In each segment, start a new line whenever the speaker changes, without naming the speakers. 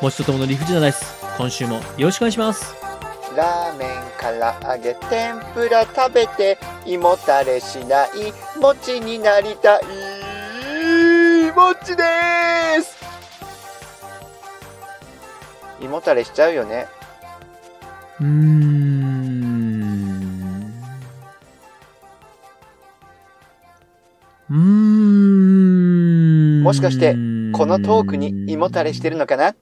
星とともの理不尽なダイス。今週もよろしくお願いします。
ラーメンから揚げ天ぷら食べて胃もたれしない餅になりたい餅です胃もたれしちゃうよね
うーん。うーん
もしかしてこのトークに胃もたれしてるのかな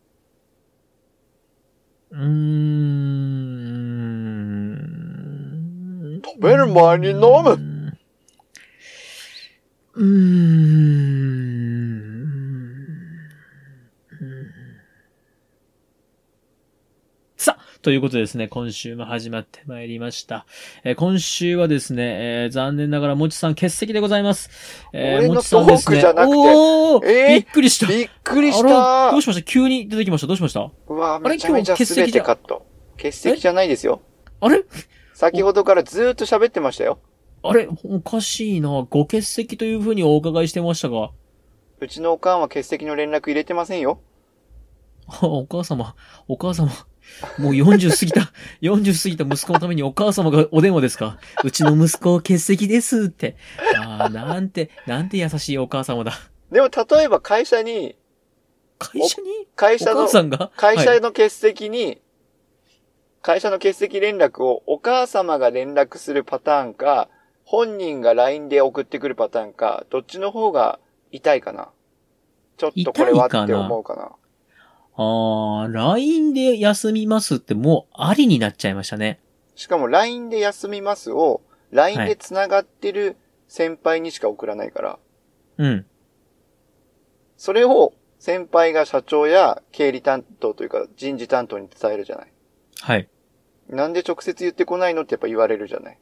うーん。
食べる前に飲む
むうーん。さあ、ということでですね、今週も始まってまいりました。えー今週はですね、えー残念ながら、もちさん欠席でございます。え
俺の
もちさんですね
トークじゃなくて
おー、
えー
びっくりした。びっく
びっくりし
ど
た
うしました急に出てきましたどうしました
うわ
あれ
めちゃめち
今日
ゃ
欠席
全
じ
て
ゃん
カット欠席じゃないですよ
あれ
先ほどからずーっと喋ってましたよ
あれおかしいな。ご欠席というふうにお伺いしてましたが。
うちのおかんは欠席の連絡入れてませんよ
あお母様、お母様。もう40過ぎた、40過ぎ た息子のためにお母様がお電話ですかうちの息子欠席ですって。ああ、なんて、なんて優しいお母様だ。
でも例えば会社に
会社に
会
お
社の
母さんが
会
は
社
い
の欠席に、会社の欠席連絡をお母様が連絡するパターンか、本人が LINE で送ってくるパターンか、どっちの方が痛いかなちょっとこれ
痛
は
いかな
って思うかな
ああ、LINE で休みますってもうありになっちゃいましたね。
しかも LINE で休みますを、LINE で繋がってる先輩にしか送らないから、
うん。
それを先輩が社長や経理担当というか人事担当に伝えるじゃない。
はい。
なんで直接言ってこないのってやっぱ言われるじゃない。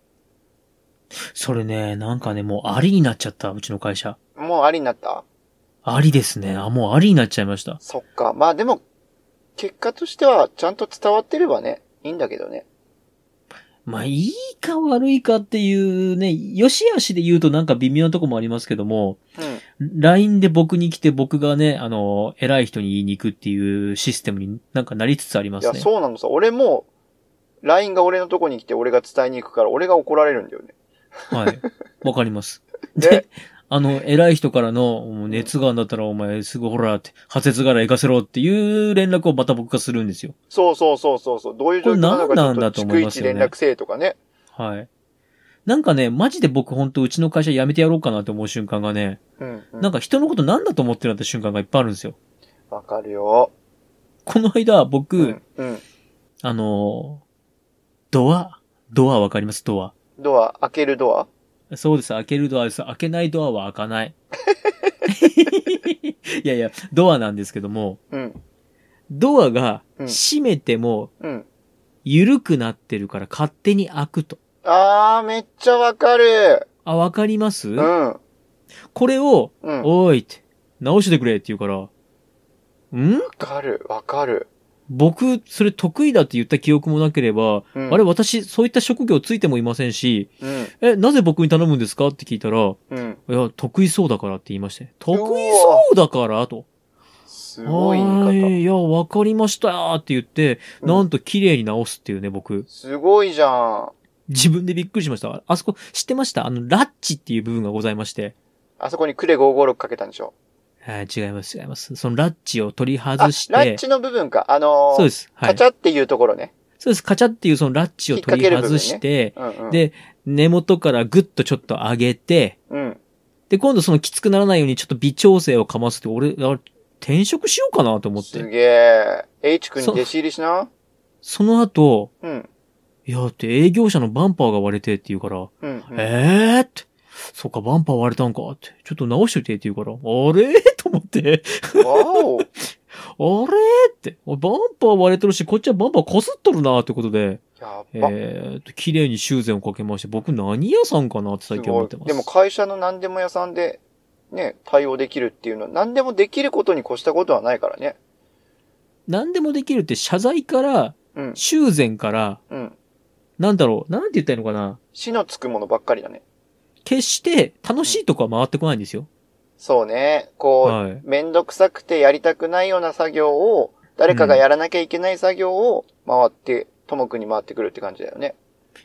それね、なんかね、もうありになっちゃった、うちの会社。
もうありになった
ありですね。あ、もうありになっちゃいました。
そっか。まあでも、結果としてはちゃんと伝わってればね、いいんだけどね。
まあ、いいか悪いかっていうね、よしあしで言うとなんか微妙なとこもありますけども、
うん。
LINE で僕に来て僕がね、あの、偉い人に言いに行くっていうシステムになんかなりつつありま
い
す
や、
ね。
そうなのさ。俺も、LINE が俺のとこに来て俺が伝えに行くから、俺が怒られるんだよね。
はい。わかり ます。
ね
で、あの、偉い人からの、もう熱があんだったらお前すぐほらって、破節柄行かせろっていう連絡をまた僕がするんですよ。
そうそうそうそうそう。どういう状況なの
これ
かち
何
ょ
なんだ
っ
と
と
思
逐
います
一
よね
連絡せえとかね。
はい。なんかね、マジで僕ほんとうちの会社辞めてやろうかなって思う瞬間がね、
うん、う
なん
ん。
か人のことなんだと思ってるなって瞬間がいっぱいあるんですよ。
わかるよ。
この間僕、
うん。うん。
あの、ドア、ドアわかりますド
ドア、開けるドア
ア。そうです。開けるドアです。開けないドアは開かない。 いやいや、ドアなんですけども、
うん。
ドアが
うん
閉めても
うん。
緩くなってるから勝手に開くと。
あー、めっちゃわかる。
あ、わかります
うん。
これを、
うん。わ
おーいって、直してくれって言うから、ん
かる。わかる。
僕、それ得意だって言った記憶もなければ、
うん。
あれ私、そういった職業ついてもいませんし、
うん。
え、なぜ僕に頼むんですかって聞いたら、
うん。
いや、得意そうだからって言いまして。得意そうだからと。
すごい言
はい
方。
いや、わかりましたって言って、
うん
なんと綺麗に直すっていうね、僕。
すごいじゃん。
自分でびっくりしました。あそこ、知ってましたあの、ラッチっていう部分がございまして。
あそこにクレ556かけたんでしょ
はい、違います、違います。そのラッチを取り
あ、ラ
外して、
ッチの部分か。あのー
そうです。は
カ
い
チ。ャっていうところね。
そうです。カチャっていうそのラッチを取り外して、
うんうん。、
で、根元からぐっとちょっと上げて、
うん。
で、今度そのきつくならないようにちょっと微調整をかますって、俺、あ転職しようかなと思っ
す
て。
げえ。H 君に
そう
弟子入りしな。
その後、
うん。
いや、だって営業者のバンパーが割れてって言うから、
うん、うん。
えーって、そっか、バンパー割れたんかって、ちょっと直しといてって言うから、あれと思って、
わお。
あれって、バンパー割れてるし、こっちはバンパーこすっとるなってことで、
や
え
ば。
ーっと、綺麗に修繕をかけまして、僕何屋さんかなって
す
最近
ご
思っ
い
てます。
でも会社の何でも屋さんで、ね、対応できるっていうのは、何でもできることに越したことはないからね。
何でもできるって、謝罪から、
うん。
修繕から、
うん。
なんだろう、なんて言ったらいいのかな。
死のつくものばっかりだね。
決して楽しいとこは回ってこないんですよ。
そうね。こう、
はい。
めんどくさくてやりたくないような作業を誰かがやらなきゃいけない作業を回って、ともくんに回ってくるって感じだよね。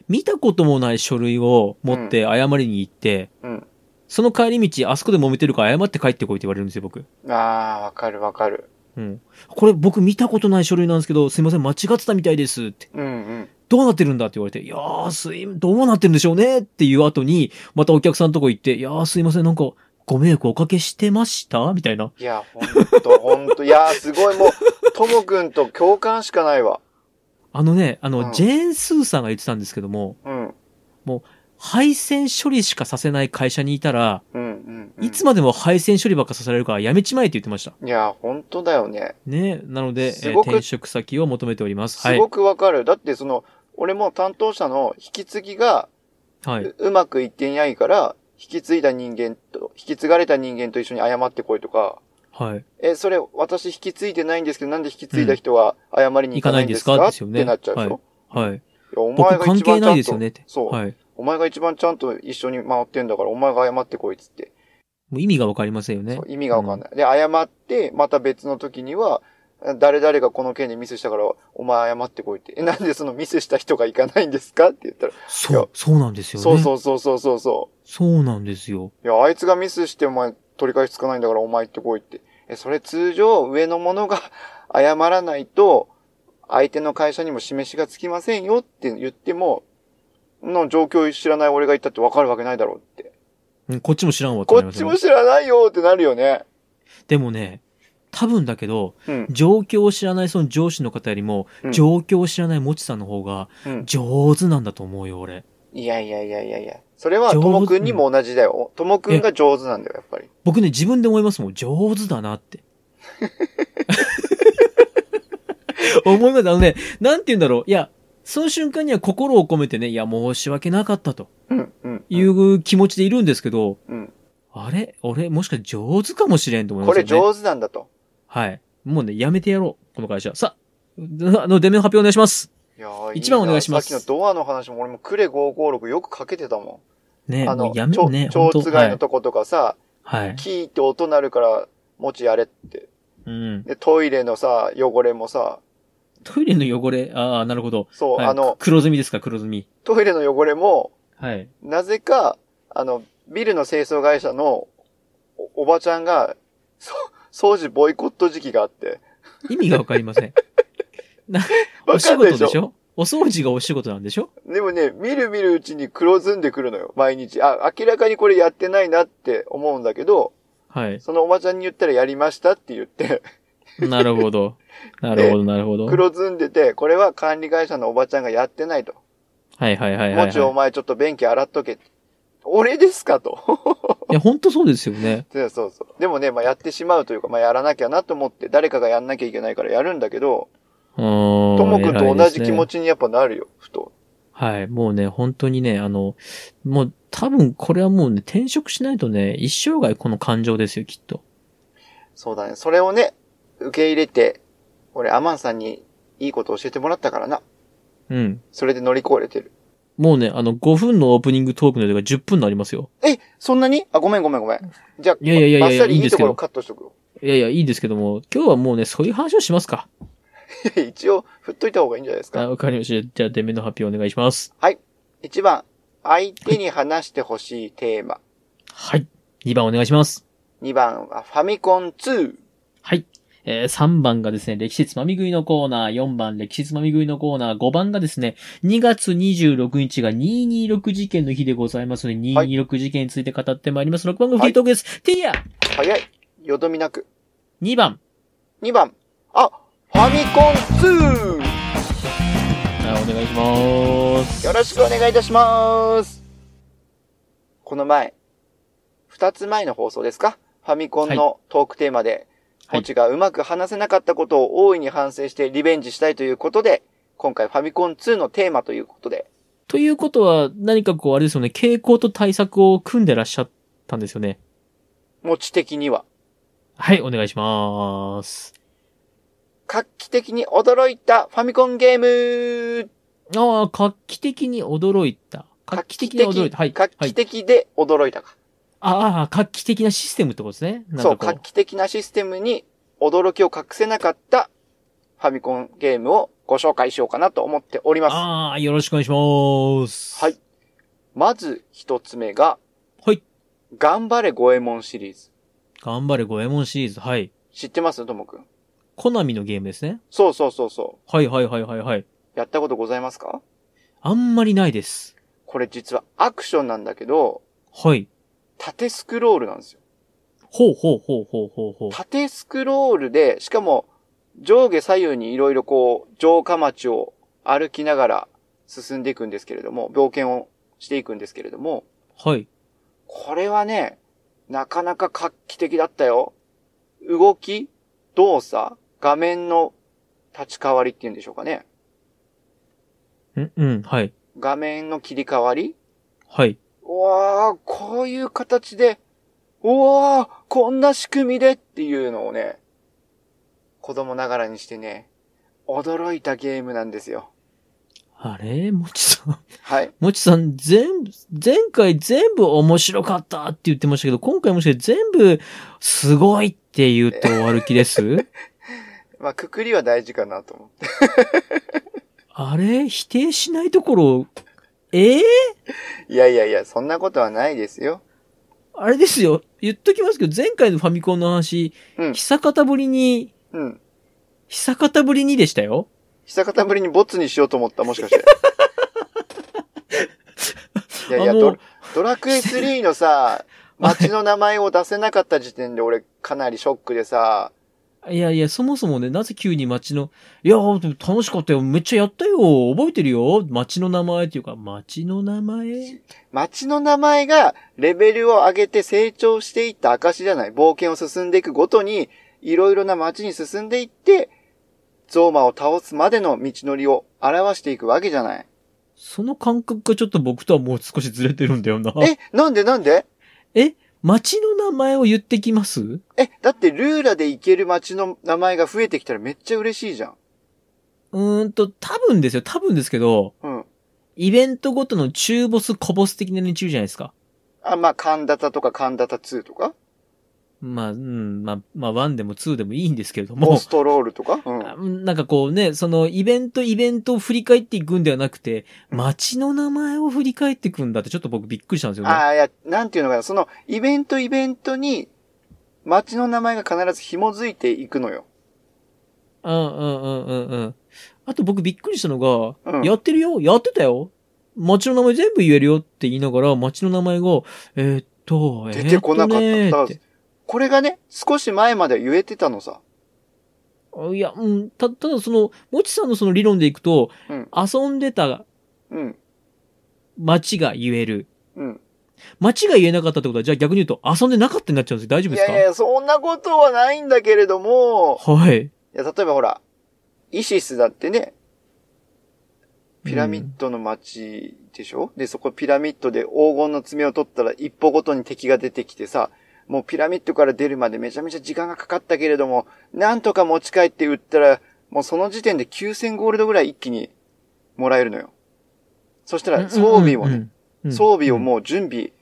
見たこともない書類を持って謝りに行って、
うん。
その帰り道、あそこで揉めてるから謝って帰ってこいって言われるんですよ、僕。
あー、わかるわかる。
うん。これ僕見たことない書類なんですけど、すいません、間違ってたみたいですって。
うんうん。
どうなってるんだって言われて、いやー、すい、どうなってるんでしょうねっていう後に、またお客さんのとこ行って、いやー、すいません、なんか、ご迷惑おかけしてましたみたいな。
いや、ほんと ほんと。いやー、すごいもう、ともくんと共感しかないわ。
あのね、あの、
うん
ジェーン・スーさんが言ってたんですけども、
うん。
配線処理しかさせない会社にいたら、
うんうん、うん。
いつまでも配線処理ばっかさせられるからやめちまえって言ってました。
いや、ほんとだよね。
ね。なので、え
す
ー
ごく
転職先を求めております。
す
はい。
ごくわかる。だってその、俺も担当者の引き継ぎが
は
う
い。
うまくいっていないから、引き継いだ人間と、引き継がれた人間と一緒に謝ってこいとか、
はい。
え、それ私引き継いでないんですけど、なんで引き継いだ人は謝りに行かないんですか,、
行かないん
っ
ですか
てなっちゃうでしょ、
はい。
いやお前
僕
が
関係
一番ちゃ
ない
ん
です
と、
よねって。
そう、
はい。
お前が一番ちゃんと一緒に回ってんだから、お前が謝ってこいっつって。
もう意味がわかりませんよね
そう。意味がわかんない。で、謝って、また別の時には、誰々がこの件でミスしたから、お前謝ってこいって。え、なんでそのミスした人が行かないんですかって言ったら、い
そ
や
う、そうなんですよね。
そうそうそうそうそうそ
そうなんですよ。
う。いや、あいつがミスしてお前取り返しつかないんだからお前行ってこいって。え、それ通常上の者が 謝らないと、相手の会社にも示しがつきませんよって言っても、の状況知らない俺が言ったってわかるわけないだろうって。
うんこっちも知らんわって
こ
なり
っ
ます
ち
よ
も
ね。
知らないよってなるよね。
でもね、多分だけど、
うん。
状況を知らないその上司の方よりも、
うん
状況を知らないもちさんの方が
うん。
上手なんだと思うよ、俺。
いやいやいやいやいや。それは
上
と
手
もくんにも同じだよ。ともくんが上手なんだよ、やっぱり。
僕ね、自分で思いますもん。上手だな って。思います。あのね、なんて言うんだろう。いや、その瞬間には心を込めてね、いや、申し訳なかったと
うん、うん。
い
うん。
う気持ちでいるんですけど、
うん。
あれ俺、もしかして上手かもしれんと思いま
こ
すよ
れ
ね。
上手なんだと。
はい。もうね、やめてやろう。この会社。さあ、あの、デメの発表お願いします。
いやー
一番お願いします
なさっきのドアの話も俺もクレ556よくかけてたも
ね、
ん。あ
も
の、
うやめ、ね、
ちょ
本
蝶
当
つ
は
がいの
い。
とことかさ、
はい。
キーって音鳴るから、もちやれって。
うん。
で、トイレのさ、汚れもさ、
トイレの汚れ、ああ、なるほど。
そう、
はい
あの、
黒ずみですか、黒ずみ。
トイレの汚れも、
はい。
なぜか、あの、ビルの清掃会社のおおばちゃんが、そ掃除ボイコット時期があって。
意味がわかりません。お
わ
仕
かんない
事
でし
で
ょ
しょお掃除がお仕事なんでしょ
でもね、見る見るうちに黒ずんでくるのよ、毎日。あ、明らかにこれやってないなって思うんだけど、
はい。
そのおばちゃんに言ったらやりましたって言って、
なるほ ど。なるほど、なるほど。はい
黒ずんでて、これは管理会社のおばちゃんがやってないと。
はいはいはい、は
も
い。
ちお前ちょっと便器洗っとけって。俺ですかと。
いや、本当そうですよね。
そうそうそう。でもね、まあやってしまうというか、まあやらなきゃなと思って、誰かがやんなきゃいけないからやるんだけど、
うーん。
ともくんと同じ気持
ち。
ちにやっぱなるよ、ふと。
はい。もうね、本当にね、あの、もう多分これはもうね、転職しないとね、一生涯この感情ですよ、きっと。
そうだね。それをね、受け入れて、俺アマンさんにいいこと教えてもらったからな。
うん。
それで乗り越えてる。
もうね、あの、5分のオープニングトークの時が10分になりますよ。
え、そんなにあ、ごめんごめんごめん。じゃあ、
いやいやいやいや
ばっさり
いい
い
ん
い
です
と
けど
ころカットしとくよ。
いやいや、いいですけども、今日はもうね、そういう話をしますか。
いや一応、振っといた方がいいんじゃないです
あ
か。
わかりました。じゃあ、デメの発表お願いします。
1番、相手に話してほしいテーマ。
はい。2番お願いします。
2番は、ファミコン2。
はい。えー、3番がですね、歴史つまみ食いのコーナー、4番歴史つまみ食いのコーナー、5番がですね、2月26日が226事件の日でございますので、
はい
226事件について語ってまいります。6番がフリートークです。ティア
早い。よどみなく。
!2 番。
2番、あ、ファミコン
あお願いします。
2! よろしくお願いいたします。この前、2つ前の放送ですかファミコンのトークテーマで、
はい
こっちがうまく話せなかったことを大いに反省してリベンジしたいということで、今回ファミコン2のテーマということで、
ということは、何かこう、あれですよね、傾向と対策を組んでらっしゃったんですよね。
持ち的には、
はい、お願いします。
画期的に驚いたファミコンゲーム
ああ、画期的に驚いた。画期的に驚いた。はい。
画
は
期
い、
的で驚いたか。
ああ、画期的なシステムってことですね。なん
そう、
かこ
画期的なシステムに驚きを隠せなかったファミコンゲームをご紹介しようかなと思っております。
ああ、よろしくお願いします。
はい。。まず一つ目が、
はい。
頑張れゴエモンシリーズ。
頑張れ、ゴエモンシリーズ。はい。
知ってますともくん。
コナミのゲームですね。
そうそうそうそ
はいはいはいはいはい。
う。やったことございますか
あんまりないです。
これ実はアクションなんだけど、
はい。
縦スクロールなんですよ。
ほうほうほうほうほうほう。
縦スクロールで、しかも上下左右にいろいろこう、城下町を歩きながら進んでいくんですけれども、冒険をしていくんですけれども、
はい。
これはね、なかなか画期的だったよ。動き、動作、画面の立ち替わりっていうんでしょうかね。
うん、うん、はい。
画面の切り替わり
はい。
うわー、こういう形で、うわー、こんな仕組みでっていうのをね、子供ながらにしてね、驚いたゲームなんですよ。
あれもちさん。
はい。
もちさん、全部、前回全部面白かったって言ってましたけど、今回もしかして全部、すごいって言って終わる気です
まあ、くくりは大事かなと思って。
あれ否定しないところ、ええ
いやいやいや、そんなことはないですよ。
あれですよ。言っときますけど、前回のファミコンの話、
うん
久方ぶりに、
うん。
久方ぶりにでしたよ。
久方ぶりにボツにしようと思った、も しかして。いやいや、
あの
ドラドラクエ3 のさ、街の名前を出せなかった時点で俺かなりショックでさ、
いやいや、そもそもね、なぜ急に街の、いやー、でも楽しかったよ。めっちゃやったよ。覚えてるよ。街の名前っていうか、街の名前
街の名前がレベルを上げて成長していった証じゃない。冒険を進んでいくごとに、いろいろな街に進んでいって、ゾーマを倒すまでの道のりを表していくわけじゃない。
その感覚がちょっと僕とはもう少しずれてるんだよな。
え、なんでなんで
街の名前を言ってきます
え、だってルーラで行ける街の名前が増えてきたらめっちゃ嬉しいじゃん。
うーんと、多分ですよ。多分ですけど、
うん。
イベントごとの中ボス、小ボス的な連中じゃないですか。
あ、まあ、神田田とか神田田2とか、
まあ、うん、まあ、まあ、1でも2でもいいんですけれども。
モストロールとか、うん。
あなんかこうね、そのイベントイベントを振り返っていくんではなくて、街の名前を振り返っていくんだってちょっと僕びっくりしたんですよね。
ああ、いや、なんていうのかな、その、イベントイベントに、街の名前が必ず紐づいていくのよ。
うんうんうんうんうん。あと僕びっくりしたのが、
うん
やってるよやってたよ街の名前全部言えるよって言いながら、街の名前が、えーっと、
出てこなかった
えーとねーって
これがね、少し前までは言えてたのさ。
あいや、うん、た、ただその、もちさんのその理論でいくと、
うん
遊んでた
うん、
街が言える。
うん。
街が言えなかったってことは、じゃあ逆に言うと、遊んでなかったになっちゃうんですよ。大丈夫
い
ですか
やいや、そんなことはないんだけれども、
はい。
いや、例えばほら、イシスだってね、ピラミッドの街でしょ、で、そこピラミッドで黄金の爪を取ったら一歩ごとに敵が出てきてさ、もうピラミッドから出るまでめちゃめちゃ時間がかかったけれども、なんとか持ち帰って売ったら、もうその時点で9000ゴールドぐらい一気にもらえるのよ。そした
うん
ら装備を
うんう
ね、
んうん
装備をもう準備、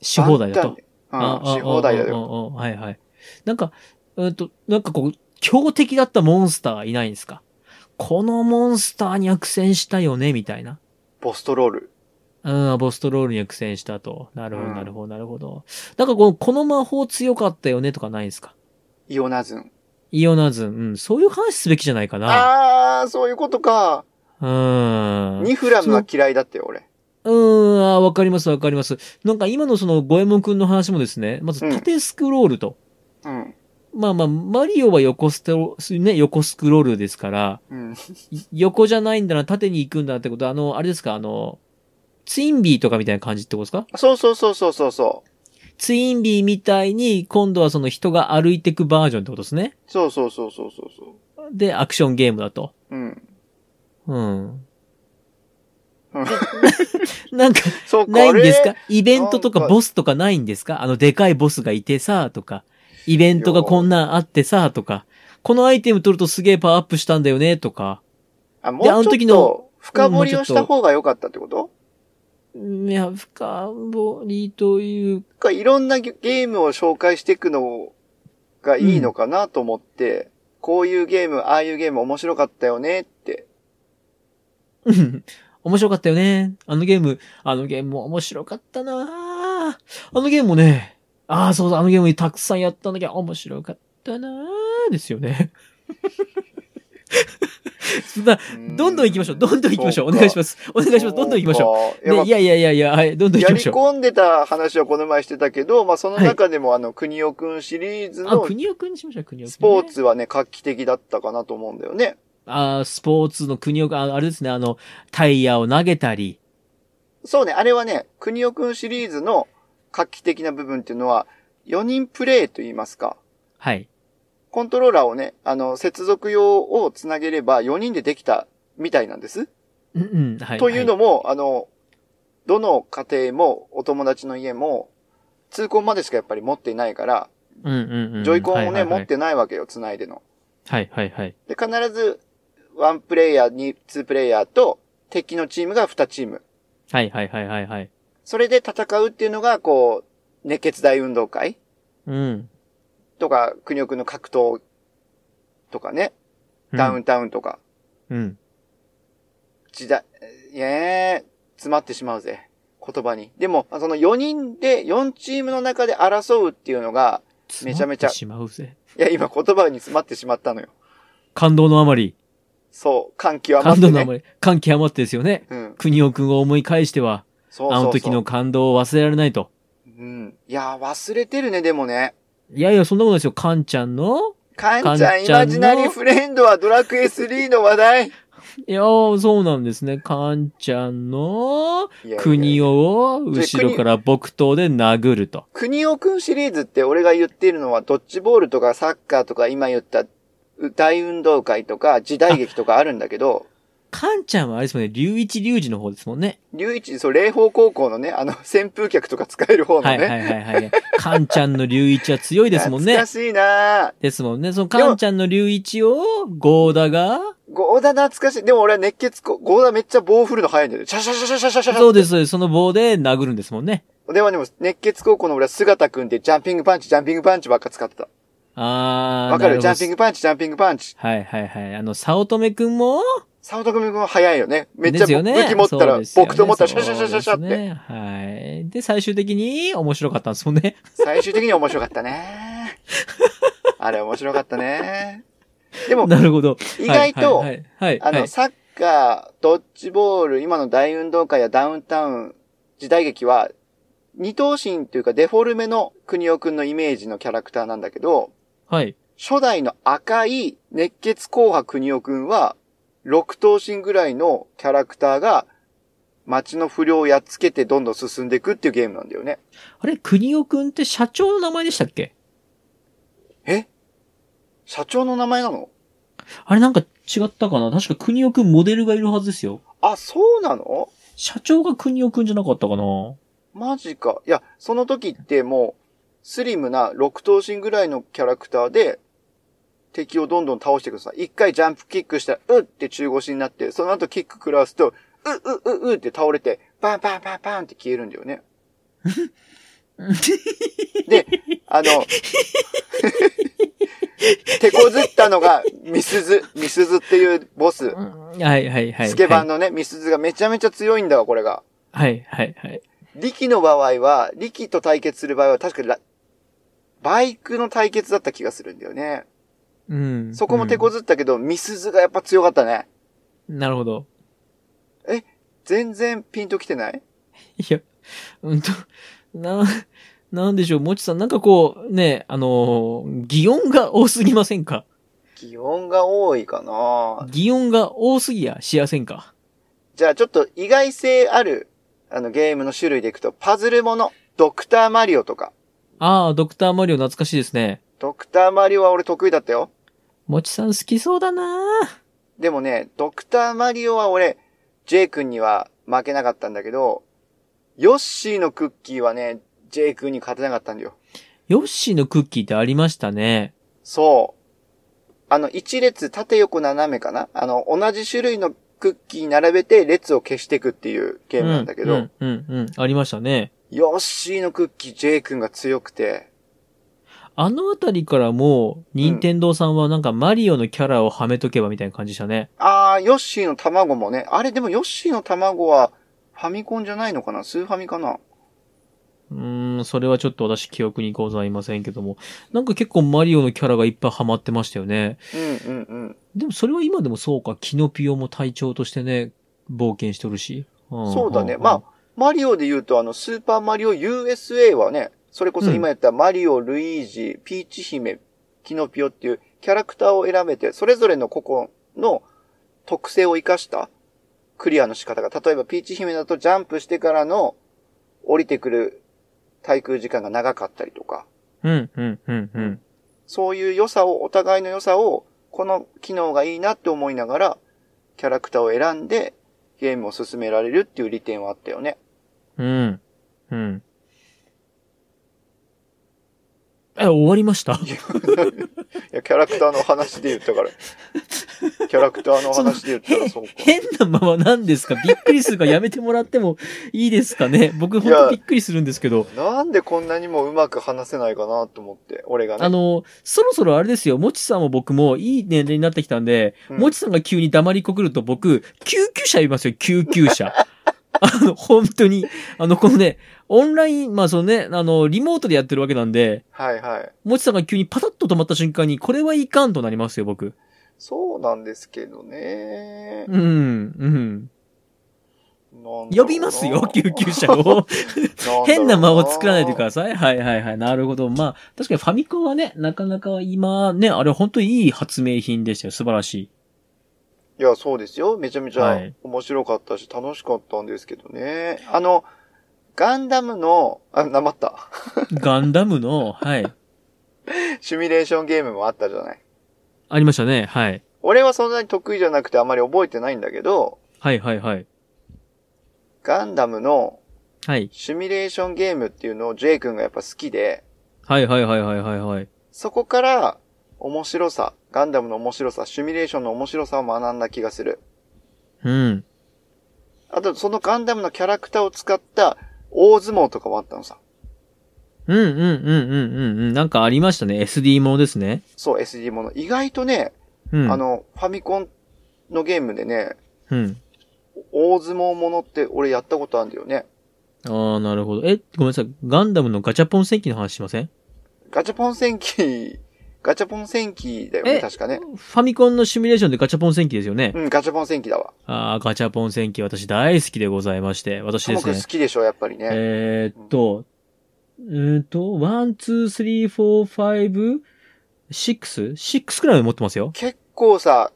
し放題だと。
万端でうん、し放題だよ。
よ。はいはい。なんか、うんと、なんかこう、強敵だったモンスターがいないんですかこのモンスターに悪戦したよね、みたいな。
ボストロール。
うん、ボストロールに悪戦したと。なるほど、
うん
なるほど、なるほど。なんかこの、この魔法強かったよね、とかないんですか
イオナズン。
イオナズン、うん、そういう話すべきじゃないかな。
あー、そういうことか。
うーん。
ニフラムが嫌いだったよ、俺。
うーん、あーわかります、わかります。なんか今のその、ゴエモンくんの話もですね、まず
うん
縦スクロールと。
うん。
まあまあ、マリオは横ステロ、ね、横スクロールですから、
うん。
い横じゃないんだな、縦に行くんだなってことは、あの、あれですか、あの、ツインビーとかみたいな感じってことですか
そうそうそうそうそうそう。
ツインビーみたいに、今度はその人が歩いてくバージョンってことですね。
そうそうそうそうそうそ
で、アクションゲームだと。
う。うん。
うん。
うん
なんか、
そうか、
ないんです
あ
か
れ
イベントとか
なんか
ボスとかないんですかあの、でかいボスがいてさ、とか。イベントがこんなんあってさ、とか。このアイテム取るとすげえパワーアップしたんだよね、とか。
あ、もう
で
ち
あの
ょっ
時の
と深掘り
うんも
を
うちょっと
した方が良かったってこと
いや、深掘りという
かいろんなゲゲームを紹介していくのがいいのかなと思って、こういうゲーム、ああいうゲーム面白かったよねって。。
うん 面白かったよね。あのゲーム、あのゲームも面白かったなああのゲームもね、ああ、そうそう、あのゲームたくさんやったんだけど、面白かったなあですよね。 そんな、どんどん行きましょう。どんどん行きましょう。お願いしますす。お願いします。どんどん行きましょ
ょ
う。ねいやいやいやいや、はい、どんどん行
や
き
り
ましょう。
込んでた話はこの前してたけど、まあその中でもあの、国尾くんシリーズ
あ、
の
国尾くんにしましょう、国尾くん、ね。
スポー。ツはね、画期的だったかなと思うんだよね。
あースポーツの国尾くん、ああれですね、あの、タイヤを投げたり。
そうね、あれはね、国尾くんシリーズの画期的な部分っていうのは、4人プレイと言いますか。
はい。
コントローラーをね、あの、接続用をつなげれば4人でできたみたいなんです。
うんうん、はい。
というのも、あの、どの家庭もお友達の家も、通コンまでしかやっぱり持っていないから、
はい、うんうんうん。
ジョイコンをね、
はいはいはい
持っ。てないわけよ、つないでの。
はいはいはい。
で、必ず、ワンプレイヤー、にツープレイヤーと、敵のチームが2チーム。
はいはいはいはいはい。
それで戦うっていうのが、こう、熱血大運動会
うん。
とか、国くんの格闘とかね、ダウ
ン。
ンタウンとか、
うん。
時代、ええ詰まってしまうぜ。言葉に。でも、その4人で、4チームの中で争うっていうのが、めちゃめちゃ
詰まってしまうぜ。
いや、今言葉に詰まってしまったのよ。
感動のあまり。
そう、感極ま
感
って
動のあ
ね。
まり。感極まってですよね。
うん。
国尾くんを思い返しては、
そうそうそう。
あの時の。感動を忘れられないと。
うん。いや、忘れてるね、でもね。
いやいや、そんなことないですよ。カンちゃんの
カ
カ
ン
ン
ち
ち
ゃ
ゃんの
ん、イマジナリーフレンドはドラクエ3の話題。
いやー、そうなんですね。カンちゃんの国
尾。
を後ろから木刀で殴ると。
国尾くんシリーズって俺が言っているのは、ドッジボールとかサッカーとか今言った大運動会とか時代劇とかあるんだけど、
カンちゃんはあれですもんね、龍一龍二の方ですもんね。
龍一、そう、霊宝高校のね、あの、扇風客とか使える方のね。
はいはいはいはい。カンちゃんの龍一は強いですもん
懐
ね
か。しいなぁ。
ですもんね。そのカンちゃんの龍一を、ゴーダが、
ゴーダ懐かしい。でも俺は熱血こ、ゴーダめっちゃ棒振るの早いんだよね。シャシャシャシャシャシャシャ。
そうです、そうです。その棒で殴るんですもんね。
でもでも、熱血高校の俺は姿くんでジャンピングパンチ、ジャンピングパンチばっか使ってた。
あー。
わか
な
る
ほ
ジ
ど
ャンピングパンチ、ジャンピングパンチ。
はいはいはい。あの、早乙女くんも、
サウト組君は早いよね。めっち
です
ゃ武
よね
器持ったら、
そうで
僕
すよね
と持ったらシャシャシャシャシャっ
そう
て。
ですねはい。で、最終的に面白かったんですもんね。
最終的に面白かっ たね。あれ面白かったね。でも、
なるほど。
意外と
はい、はいはい、
あ
はいは
の、
い。
サッカー、ドッジボール、今の大運動会やダウンタウン、時代劇は、二等身というかデフォルメの国尾くんのイメージのキャラクターなんだけど、
はい。
初代の赤い熱血硬派国尾くんは、六等身ぐらいのキャラクターが、街の不良をやっつけてどんどん進んでいくっていうゲームなんだよね。
あれ、国尾くんって社長の名前でしたっけ
え社長の名前なの
あれなんか違ったかな確か国尾くんモデルがいるはずですよ。
あ、そうなの
社長が国尾くんじゃなかったかな
マジか。いや、その時ってもう、スリムな6頭身ぐらいのキャラクターで、敵をどんどん倒していくさ。一回ジャンプキックしたら、うって中腰になって、その後キック食らわすと、う、う、う、うって倒れて、バンバンバンバンって消えるんだよね。で、あの、 手こずったのが、ミスズ、ミスズっていうボス。
うんはいはいはい。
スケバンのね、ミスズがめちゃめちゃ強いんだわ、これが。
はいはいはい。
力の場合は、力と対決する場合は確かにラ、バイクの対決だった気がするんだよね。
うん。
そこも手こ
ず、
ずったけど、ミスズがやっぱ強かったね。
なるほど。
全然ピンときてない
いや、うんと、な、なんでしょう、もちさん、なんかこう、ね、あのー、擬音が多すぎませんか
気温が多いかな
擬音が多すぎやしやせんか
じゃあちょっと意外性ある、あのゲームの種類でいくと、パズルもの、ドクターマリオとか。
ああ、ドクターマリオ懐かしいですね。
ドクターマリオは俺得意だったよ。
もちさん好きそうだなぁ
でもね、ドクターマリオは俺、J 君には負けなかったんだけど、ヨッシーのクッキーはね、J 君に勝てなかったんだよ。
ヨッシーのクッキーってありましたね。
そう。あの、一列縦横斜めかなあの、同じ種類のクッキー並べて列を消していくっていうゲームなんだけど、
うん、うん、うん、ありましたね。
ヨッシーのクッキー J 君が強くて、
あのあたりからもう、任天堂さんはなんかマリオのキャラをはめとけばみたいな感じでしたね。
あー、ヨッシーの卵もね。あれ、でもヨッシーの卵は、ファミコンじゃないのかなスーファミかな
うーん、それはちょっと私記憶にございませんけども。なんか結構マリオのキャラがいっぱいハマってましたよね。
うんうんうん。
でもそれは今でもそうか、キノピオも隊長としてね、冒険しとるし。ん
そうだねまマリオで言うと、あの、スーパーマリオ USA はね、それこそ今言ったマリオ、ルイージ、ピーチ姫、キノピオっていうキャラクターを選べて、それぞれの個々の特性を活かしたクリアの仕方が、例えばピーチ姫だとジャンプしてからの降りてくる滞空時間が長かったりとか、
うん、うん、うん、うん。
そういう良さを、お互いの良さを、この機能がいいなって思いながら、キャラクターを選んで、ゲームを進められるっていう利点はあったよね。
うん。うん。え、終わりました
いや、キャラクターの話で言ったから。キャラクターの話で言ったらそうか。
変なままなんですかびっくりするからやめてもらってもいいですかね僕ほんとびっくりするんですけど。
なんでこんなにもうまく話せないかなと思って、俺がね。
あの、そろそろあれですよ、もちさんも僕もいい年齢になってきたんで、
うん
もちさんが急に黙りこくると僕、救急車いますよ、救急車。 あの、本当に、あの、このね、オンライン、まあそのね、あの、リモートでやってるわけなんで、
はいはい。
もちさんが急にパタッと止まった瞬間に、これはいかんとなりますよ、僕。
そうなんですけどね。
うん、うん。
なんだろうな
呼びますよ、救急 車を。変な間を作らないでください。はいはいはい。なるほど。まあ、確かにファミコンはね、なかなか今ね、あれ本当にいい発明品でしたよ。素晴らしい。
いや、そうですよ。めちゃめち
は
ゃ
い
面白かったし、楽しかったんですけどね。あの、ガンダムの、あ、なまった。
ガンダムの、はい。
シミュレーションゲームもあったじゃない。
ありましたね。はい。
俺はそんなに得意じゃなくてあまり覚えてないんだけど、
はいはいはい。
ガンダムの
はい。
シミュレーションゲームっていうのを J 君がやっぱ好きで、
はいはいはいはいはいはい。
そこから面白さ、ガンダムの面白さ、シミュレーションの面白さを学んだ気がする。
うん。
あと、そのガンダムのキャラクターを使った大相撲とかもあったのさ。
うんうんうんうんうんうん。なんかありましたね。SD ものですね。
そう、SD もの。意外とね、
うん。
あ、の、ファミコンのゲームでね、
うん。
大相撲ものって俺やったことあるんだよね。
ああ、なるほど。え、ごめんなさい。ガンダムのガチャポン戦記の話しません
ガチャポン戦記、ガチャポン戦記だよね、
え
確かね。
ファミコンのシミュレーションでガチャポン戦記ですよね。
うん、ガチャポン戦記だわ。
ああ、ガチャポン戦記私大好きでございまして。私
科
で
目
すね
好。きでしょ、やっぱりね。
えーっと、えーっと、ワン、ツー、スリー、フォー、ファイブ、シックスシックスくらいまで持ってますよ。
結構さ、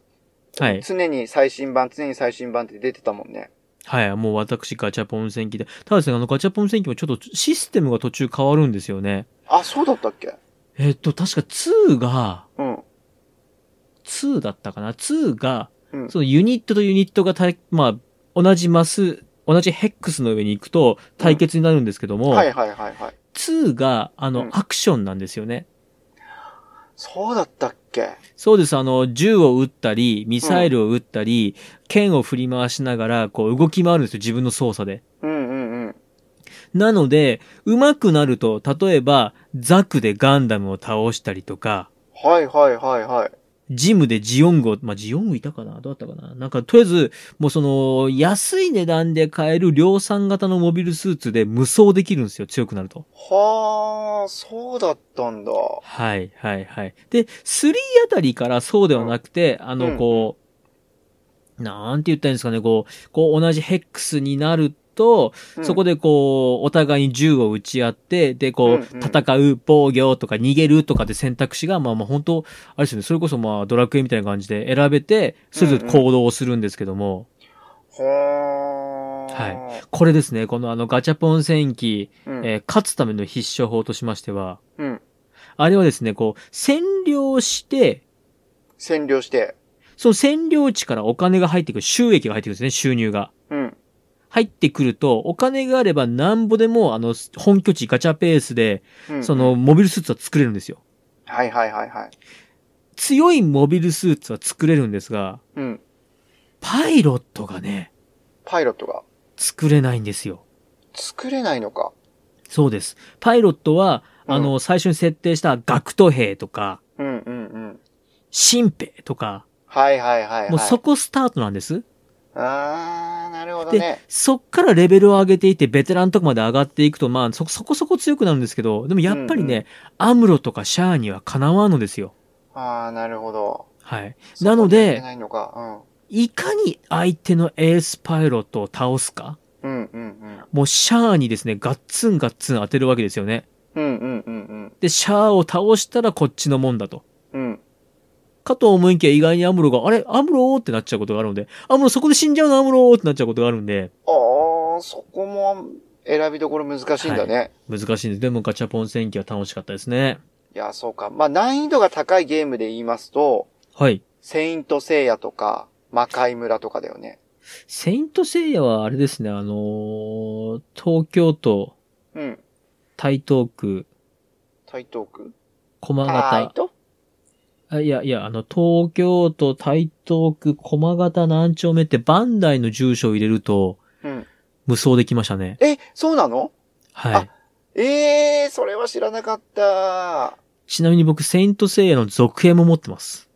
はい。
常に最新版、常に最新版って出てたもんね。
はい。もう私ガチャポン戦記で。ただですね、あのガチャポン戦記もちょっとシステムが途中変わるんですよね。
あ、そうだったっけ
えーっと、確か2が、
うん。
2だったかな ?2 が、
うん
そのユニットとユニットが対、まあ、同じマス、同じヘックスの上に行くと対決になるんですけども、
はいはいはいはい。
2が、あの、
うん
アクションなんですよね。
そうだったっけ
そうです。あの、銃を撃ったり、ミサイルを撃ったり、剣を振り回しながら、こう、動き回るんですよ。自分の操作で。
うんうんうん。
なので、上手くなると、例えば、ザクでガンダムを倒したりとか、
はいはいはいはい。
ジムでジオングを、まあ、ジオングいたかなどうだったかななんか、とりあえず、もうその、安い値段で買える量産型のモビルスーツで無双できるんですよ。強くなると。
はあ、そうだったんだ。
はい、はい、はい。で、3あたりからそうではなくて、あ
うん
の、こう、なんて言ったらいいんですかね、こう、こう同じヘックスになると、そこ
で、
でこう、お互いに銃を撃ち合って、で、こう、
うんうん
戦う、防御とか逃げるとかで選択肢が、まあまあ本当、あれですよね、それこそまあドラクエみたいな感じで選べて、それぞれ行動をするんですけども、
はあ。
はこれですね、このあのガチャポン戦記、
うん。
えー勝つための必勝法としましては、
うん。
あれはですね、こう、占領して、
占領して。
その占領地からお金が入ってくる、収益が入ってくるんですね、収入が。
うん。
入ってくると、お金があればなんぼでも、あの、本拠地ガチャペースで、
うん
その、。モビルスーツは作れるんですよ。
はいはいはいはい。
強いモビルスーツは作れるんですが、
うん。
パイロットがね、
パイロットが
作れないんですよ。
作れないのか。
そうです。パイロットは、
うん
あの、最初に設定した学徒兵とか、
うんうんうん。
新兵とか、
はいはいはい、はい。
もうそこスタートなんです。
あー、なるほど
で
ね。、
そっからレベルを上げていって、ベテランとかまで上がっていくと、まあ、そ、そこそこ強くなるんですけど、でもやっぱりね、アムロとかシャアにはかなわんのですよ。
あー、なるほど。
はい。なの
そこに行け
で、
ないのか。
いかに相手のエースパイロットを倒すか、
うん。うんうんうん。
もうシャアにですね、ガッツンガッツン当てるわけですよね。
うんうんうん
で、シャアを倒したらこっちのもんだと。
うん。うん。
かと思いきや意外にアムロが、あれアムローってなっちゃうことがあるので、アムロそこで死んじゃうのアムローってなっちゃうことがあるんで、
あー、そこも選びどころ難しいんだね。い、
難しいんです。でもガチャポン戦記は楽しかったですね。
や、そうか。まあ、難易度が高いゲームで言いますと、
はい。
セイントセイヤとか、魔界村とかだよね。
セイントセイヤはあれですね、あのー東京都、
うん。
台東区、
台東区
駒
台
形
東
あ。いやいや、あの、東京都、台東区、駒形何丁目ってバンダイの住所を入れると、
うん。
無双できましたね。
え、そうなの
はい。
ええー、それは知らなかった。
ちなみに僕、セイントセイヤの続編も持ってます。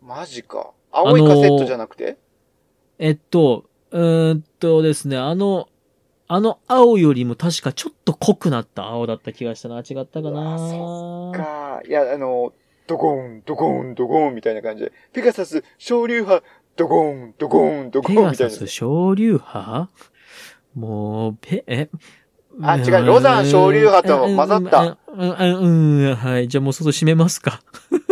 マジか。青いカセットじゃなくて、
えっと、うーんとですね、あの、あの青よりも確かちょっと濃くなった青だった気がしたな。違ったか
う
な
わそか。いや、あの、ドゴーン、ドゴーン、ドゴーンみたいな感じで。ペガサス、昇竜派、ドゴーン、ドゴーン、ドゴ
ペ
ーン
ガ
みたい
サス。
な
昇竜派もう、ペ、え
あ違うロザン昇竜派と混ざった。
うんうんうんうん、うん、はい。じゃあもうそろそろ閉めますか。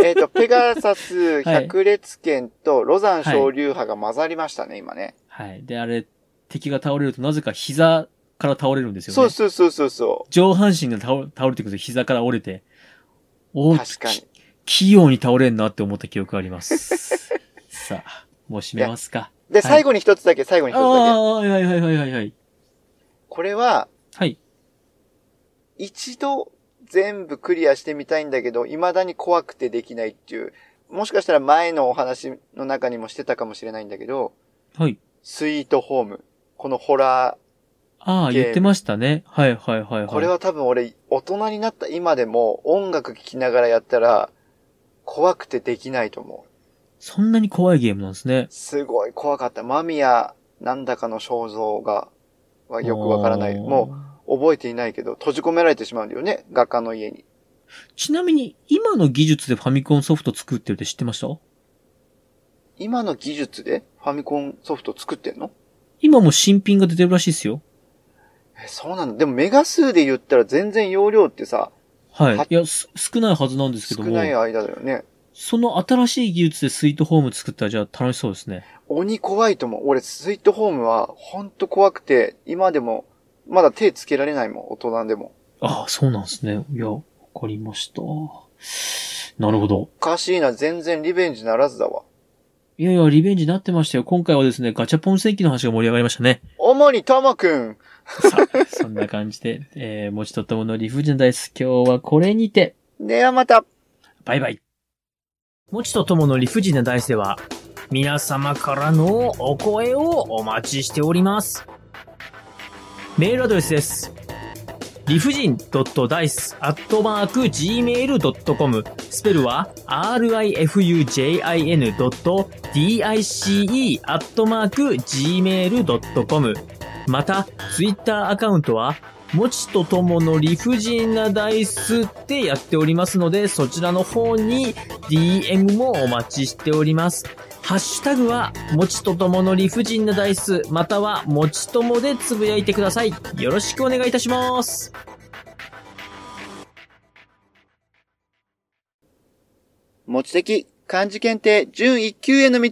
えっ と、ペガサ
は
ス、
い
百列拳と、ロザン昇竜派が混ざりましたね、今ね。
はい。で、あれ、敵が倒れるとなぜか膝から倒れるんですよね。
そうそうそうそうそ
上半身が倒倒れてくるんですよ膝から折れて。お
う。
ー
確かに。
器用に倒れんなって思った記憶があり ます。さあ、もう閉めますか。
で、
はい
最後に一つだけ、最後に一
あ
つ
あ
だけ。
ー、はいはいはいはいはい。
これは、
はい。
一度全部クリアしてみたいんだけど、未だに怖くてできないっていう、もしかしたら前のお話の中にもしてたかもしれないんだけど、
はい。
スイートホーム。このホラ
ああ、
ゲーム
言ってましたね。はいはいはいは
ー。
い。
これは多分俺、大人になった今でも音楽聴きながらやったら、怖くてできないと思う。
そんなに怖いゲームなんですね。
すごい怖かった。マミヤなんだかの肖像が、はよくわからない。
あー
もう覚えていないけど、閉じ込められてしまうんだよね。画家の家に。
ちなみに、今の技術でファミコンソフト作ってるって知ってました
今の技術でファミコンソフト作ってんの
今も新品が出てるらしいですよ。
え、そうなんだ。でもメガ数で言ったら全然容量ってさ、
は。
はい
いや、す少ないはずなんですけ
少
ども、
ない間だよね。
その新しい技術でスイートホーム作ったらじゃあ楽しそうですね。
鬼怖いと思う。俺、スイートホームはほんと怖くて、今でも、まだ手つけられないもん、大人でも。
ああ、そうなんですね。いや、わかりました。なるほど。
おかしいな、全然リベンジならずだわ。
いやいや、リベンジになってましたよ。今回はですね、ガチャポン戦記の話が盛り上がりましたね。
主にともくん
さあ、そんな感じで、えー、持ち取ったもの理不尽です。今日はこれにて、
ではまた
バイバイ。もちとともの理不尽な大世は、皆様からのお声をお待ちしております。メールアドレスです。理不尽 .dice.gmail.com スペルは rifujin.dice.gmail.com また、ツイッターアカウントは、もちとともの理不尽なダイスってやっておりますので、そちらの方に DM もお待ちしております。ハッシュタグは、もちとともの理不尽なダイス、または、もちともでつぶやいてください。よろしくお願いいたします。
持ち的漢字検定準1級への道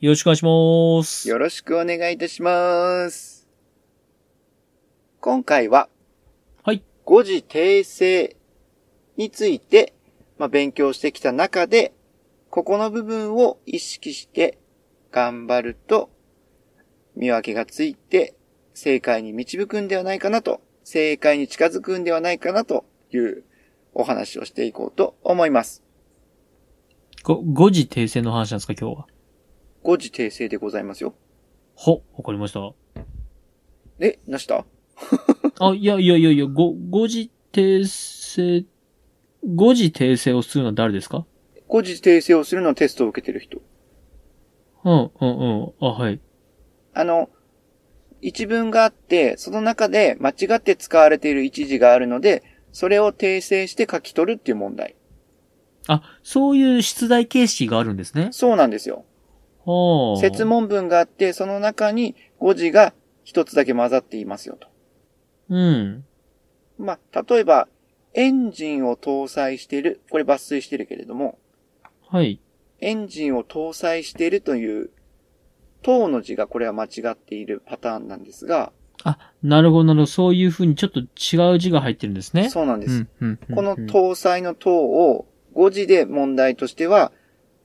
よろしくお願いします。
よろしくお願いいたします。今回は、
はい。
誤字訂正について、まあ、勉強してきた中で、ここの部分を意識して頑張ると、見分けがついて、正解に導くんではないかなと、正解に近づくんではないかなというお話をしていこうと思います。
ご、誤字訂正の話なんですか、今日は。
誤字訂正でございますよ。
ほ、わかりました。
え、なした
あ、いやいやいやいや、ご、誤字訂正、誤字訂正をするのは誰ですか
誤字訂正をするのをテストを受けてる人。
うん、うん、うん。あ、はい。
あの、一文があって、その中で間違って使われている一字があるので、それを訂正して書き取るっていう問題。
あ、そういう出題形式があるんですね。
そうなんですよ。
はあ。
説問文があって、その中に誤字が一つだけ混ざっていますよと。
うん。
まあ、例えば、エンジンを搭載している、これ抜粋してるけれども、
はい。
エンジンを搭載しているという、等の字がこれは間違っているパターンなんですが、
あ、なるほど、なるほど。そういう風にちょっと違う字が入ってるんですね。
そうなんです。
ん、うん、うん
この搭載の等を5字で問題としては、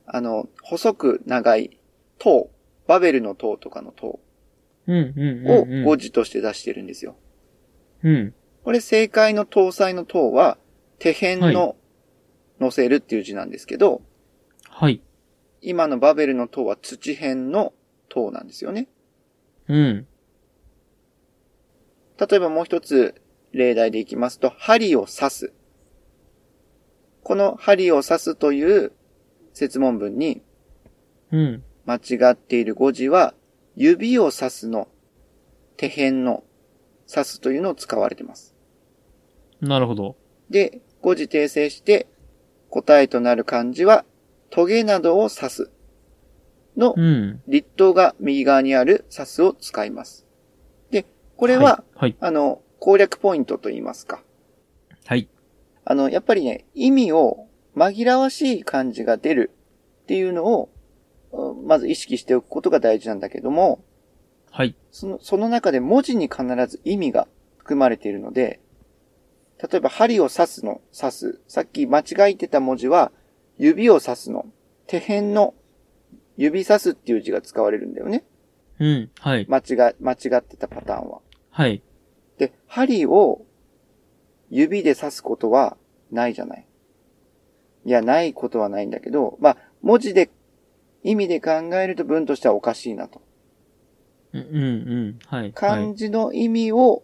あの、細く長い等、バベルの等とかの等
うん、うん、
を
うん。
5字として出してるんですよ。
うん。
これ正解の搭載の等は、手辺の乗せるっていう字なんですけど、
はい。
今のバベルの等は土辺の等なんですよね。
うん。
例えばもう一つ例題でいきますと、針を刺す。この針を刺すという説問文に、
うん。
間違っている誤字は、指を指すの、手辺の、指すというのを使われています。
なるほど。
で、誤字訂正して、答えとなる漢字は、トゲなどを指すの
うん。
立頭が右側にある指すを使います。で、こ
こ
れは、、
はい。
あの、攻略ポイントと言いますか。
はい。
あの、やっぱりね、意味を紛らわしい感じが出るっていうのを、うんまず意識しておくことが大事なんだけども、
はい。
その、その中で文字に必ず意味が含まれているので、例えば、針を刺すの、刺す。さっき間違えてた文字は、指を刺すの、手辺の、指刺すっていう字が使われるんだよね。
うん。はい。
間違、間違ってたパターンは。
はい。
で、針を指で刺すことはないじゃない。いや、ないことはないんだけど、まあ、文字で、意味で考えると文としてはおかしいなと。
うん、うん、うん。はい。は
漢
い。
字の意味を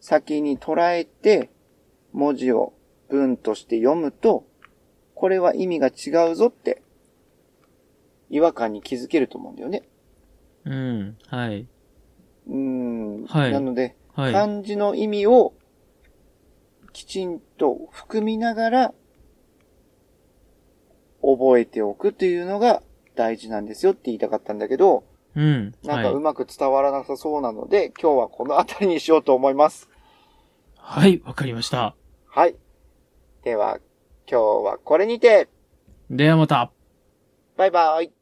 先に捉えて、文字を文として読むと、これは意味が違うぞって、違和感に気づけると思うんだよね。
うん。はい。
うーん。
はい
なので、
はい。
漢字の意味をきちんと含みながら覚えておくというのが大事なんですよって言いたかったんだけど、
うん。
なん
は
か。
いう
まく伝わらなさそうなので、今日はこの辺りにしようと思います。
はい。わかりました。
はい。では、今日はこれにて、
ではまた。
バイバイ。